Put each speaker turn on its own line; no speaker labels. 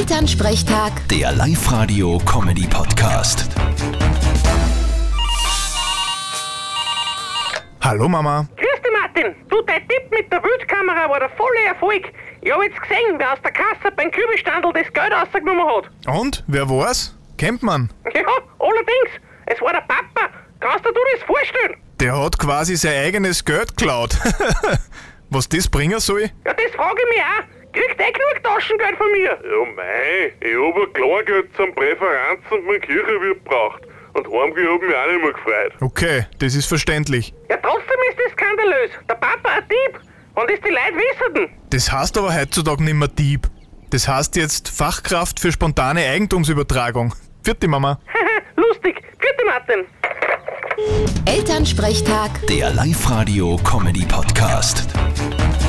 Elternsprechtag,
Der Live-Radio-Comedy-Podcast.
Hallo Mama.
Grüß dich, Martin. Du, dein Tipp mit der Wildkamera war der volle Erfolg. Ich hab jetzt gesehen, wer aus der Kasse beim Kübelstandl das Geld rausgenommen hat.
Und, wer war's? Kennt man.
Ja, allerdings, es war der Papa. Kannst dir du das vorstellen?
Der hat quasi sein eigenes Geld geklaut. Was das bringen soll?
Ja, das frage ich mich auch. Kriegt eh genug Taschengeld von mir?
Ja mei, ich hab ein Klargeld zum Präferenz und mein Kirchenwirt braucht. Und Heimgehen hab mich auch nicht mehr gefreut.
Okay, das ist verständlich.
Ja, trotzdem ist das skandalös. Der Papa ein Dieb. Und das die Leute wissen.
Das heißt aber heutzutage nicht mehr Dieb. Das heißt jetzt Fachkraft für spontane Eigentumsübertragung. Vierte Mama.
Lustig. Grüß dich, Martin.
Elternsprechtag.
Der Live-Radio-Comedy-Podcast.